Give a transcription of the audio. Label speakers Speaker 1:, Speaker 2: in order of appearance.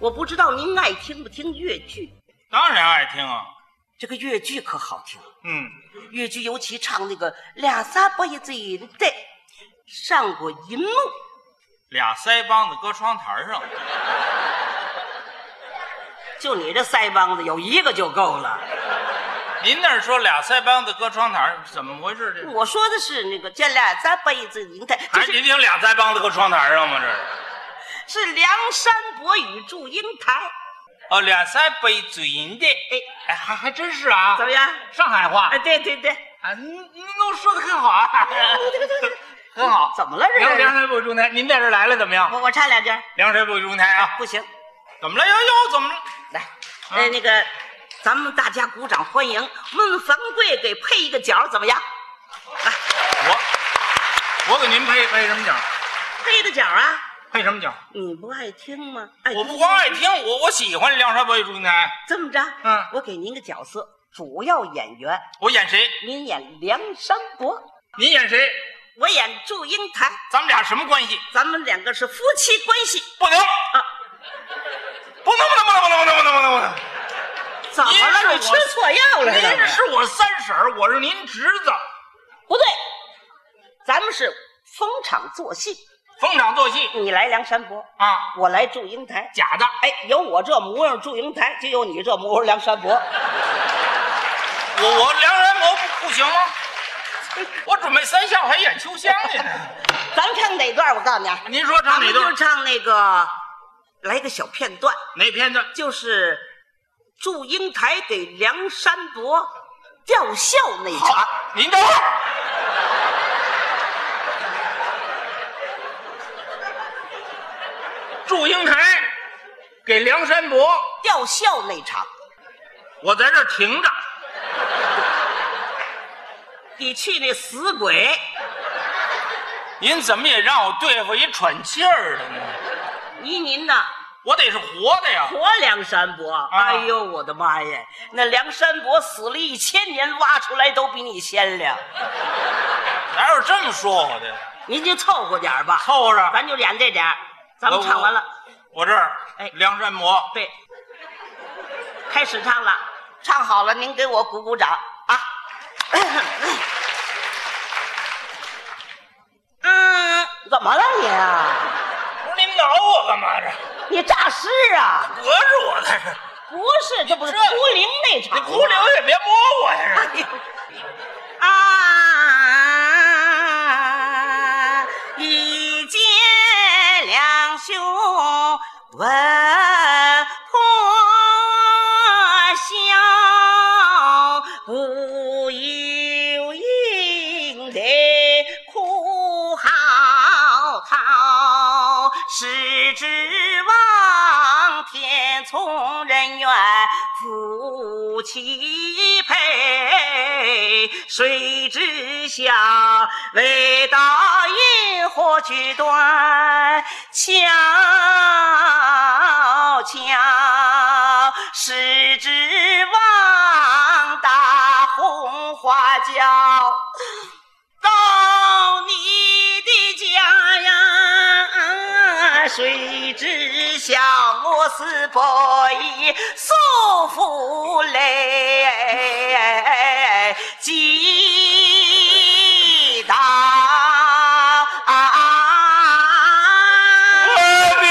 Speaker 1: 我不知道您爱听不听越剧，
Speaker 2: 当然爱听啊。
Speaker 1: 这个越剧可好听，
Speaker 2: 嗯，
Speaker 1: 越剧尤其唱那个俩仨不一醉的，上过银幕，
Speaker 2: 俩腮帮子搁窗台上，
Speaker 1: 就你这腮帮子有一个就够了。
Speaker 2: 您那儿说俩腮帮子搁窗台上，怎么回事？这
Speaker 1: 我说的是那个这俩仨不一醉的，就
Speaker 2: 哎，
Speaker 1: 是
Speaker 2: 您听俩腮帮子搁窗台上吗？这是
Speaker 1: 是梁山伯与祝英台，
Speaker 2: 哦，俩腮背嘴银的，
Speaker 1: 哎
Speaker 2: 哎，还还真是啊
Speaker 1: 怎么样？
Speaker 2: 上海话
Speaker 1: 哎，对对对，
Speaker 2: 啊，您您都说的很好 啊，很好。
Speaker 1: 怎么了这
Speaker 2: 梁
Speaker 1: 是
Speaker 2: 梁山伯与祝英台，您在这儿来了怎么样？
Speaker 1: 我我唱两句儿，
Speaker 2: 梁山伯与祝英台啊，
Speaker 1: 不行，
Speaker 2: 怎么了？哟哟，怎么了？
Speaker 1: 来，呃，那个，咱们大家鼓掌欢迎，问樊贵给配一个角儿怎么样？啊
Speaker 2: 我我给您配配什么奖？
Speaker 1: 配个角儿啊？
Speaker 2: 配什么奖？
Speaker 1: 你不爱听吗？爱听
Speaker 2: 我不光爱听，我我喜欢梁山伯与祝英台。
Speaker 1: 这么着，
Speaker 2: 嗯
Speaker 1: 我给您个角色，主要演员，
Speaker 2: 我演谁？
Speaker 1: 您演梁山伯，
Speaker 2: 您演谁？
Speaker 1: 我演祝英台，
Speaker 2: 咱们俩什么关系？
Speaker 1: 咱们两个是夫妻关系
Speaker 2: 不能，
Speaker 1: 啊？
Speaker 2: 不能，不能，不能，不能，不能，不能，不能！
Speaker 1: 怎么
Speaker 2: 您是
Speaker 1: 了？
Speaker 2: 我
Speaker 1: 你吃错药了？怎么
Speaker 2: 您
Speaker 1: 着
Speaker 2: 是我三婶儿，我是您侄子，
Speaker 1: 不对，咱们是逢场作戏，
Speaker 2: 逢场作戏
Speaker 1: 你来梁山伯，
Speaker 2: 啊，
Speaker 1: 我来祝英台。
Speaker 2: 假的。
Speaker 1: 哎，有我这模样祝英台，就有你这模样梁山伯。
Speaker 2: 我我梁山伯不不行吗？ 我准备三笑还演秋香呢。
Speaker 1: 咱们唱哪段？我告诉你啊，
Speaker 2: 您说
Speaker 1: 咱
Speaker 2: 唱哪
Speaker 1: 们就
Speaker 2: 段？
Speaker 1: 唱 那个，来个小片段，
Speaker 2: 哪片段？
Speaker 1: 就是祝英台给梁山伯吊孝那一场。
Speaker 2: 您等会儿， 祝英台给梁山伯，
Speaker 1: 吊孝那场，
Speaker 2: 我在这儿停着。
Speaker 1: 你去那死鬼！
Speaker 2: 您怎么也让我对付一喘气儿的呢？
Speaker 1: 你您呐，
Speaker 2: 我得是活的呀！
Speaker 1: 活梁山伯！
Speaker 2: 啊
Speaker 1: 哎呦，我的妈呀！那梁山伯死了一千年，挖出来都比你鲜亮。
Speaker 2: 哪有这么说我的？
Speaker 1: 您就凑合点儿吧，
Speaker 2: 凑合着。哎
Speaker 1: 咱就演这点儿咱们唱完了，
Speaker 2: 我这儿，
Speaker 1: 哎
Speaker 2: 梁山伯，
Speaker 1: 对，开始唱了，唱好了，您给我鼓鼓掌啊！嗯， 怎么了你啊？
Speaker 2: 不是您挠我干嘛这？
Speaker 1: 你诈尸啊？
Speaker 2: 讹着我在这儿。
Speaker 1: 不是，这不是
Speaker 2: 这
Speaker 1: 胡灵那场
Speaker 2: 你
Speaker 1: 吗
Speaker 2: 胡灵也别摸我呀！
Speaker 1: 哎呀啊，一介两兄闻破晓，不由引得哭嚎啕，是指望天从人愿，夫妻配，谁知晓为道因祸去断，悄悄是指望大红花轿。到你的家呀，谁知晓我是伯夷叔父来记到。
Speaker 2: 我的，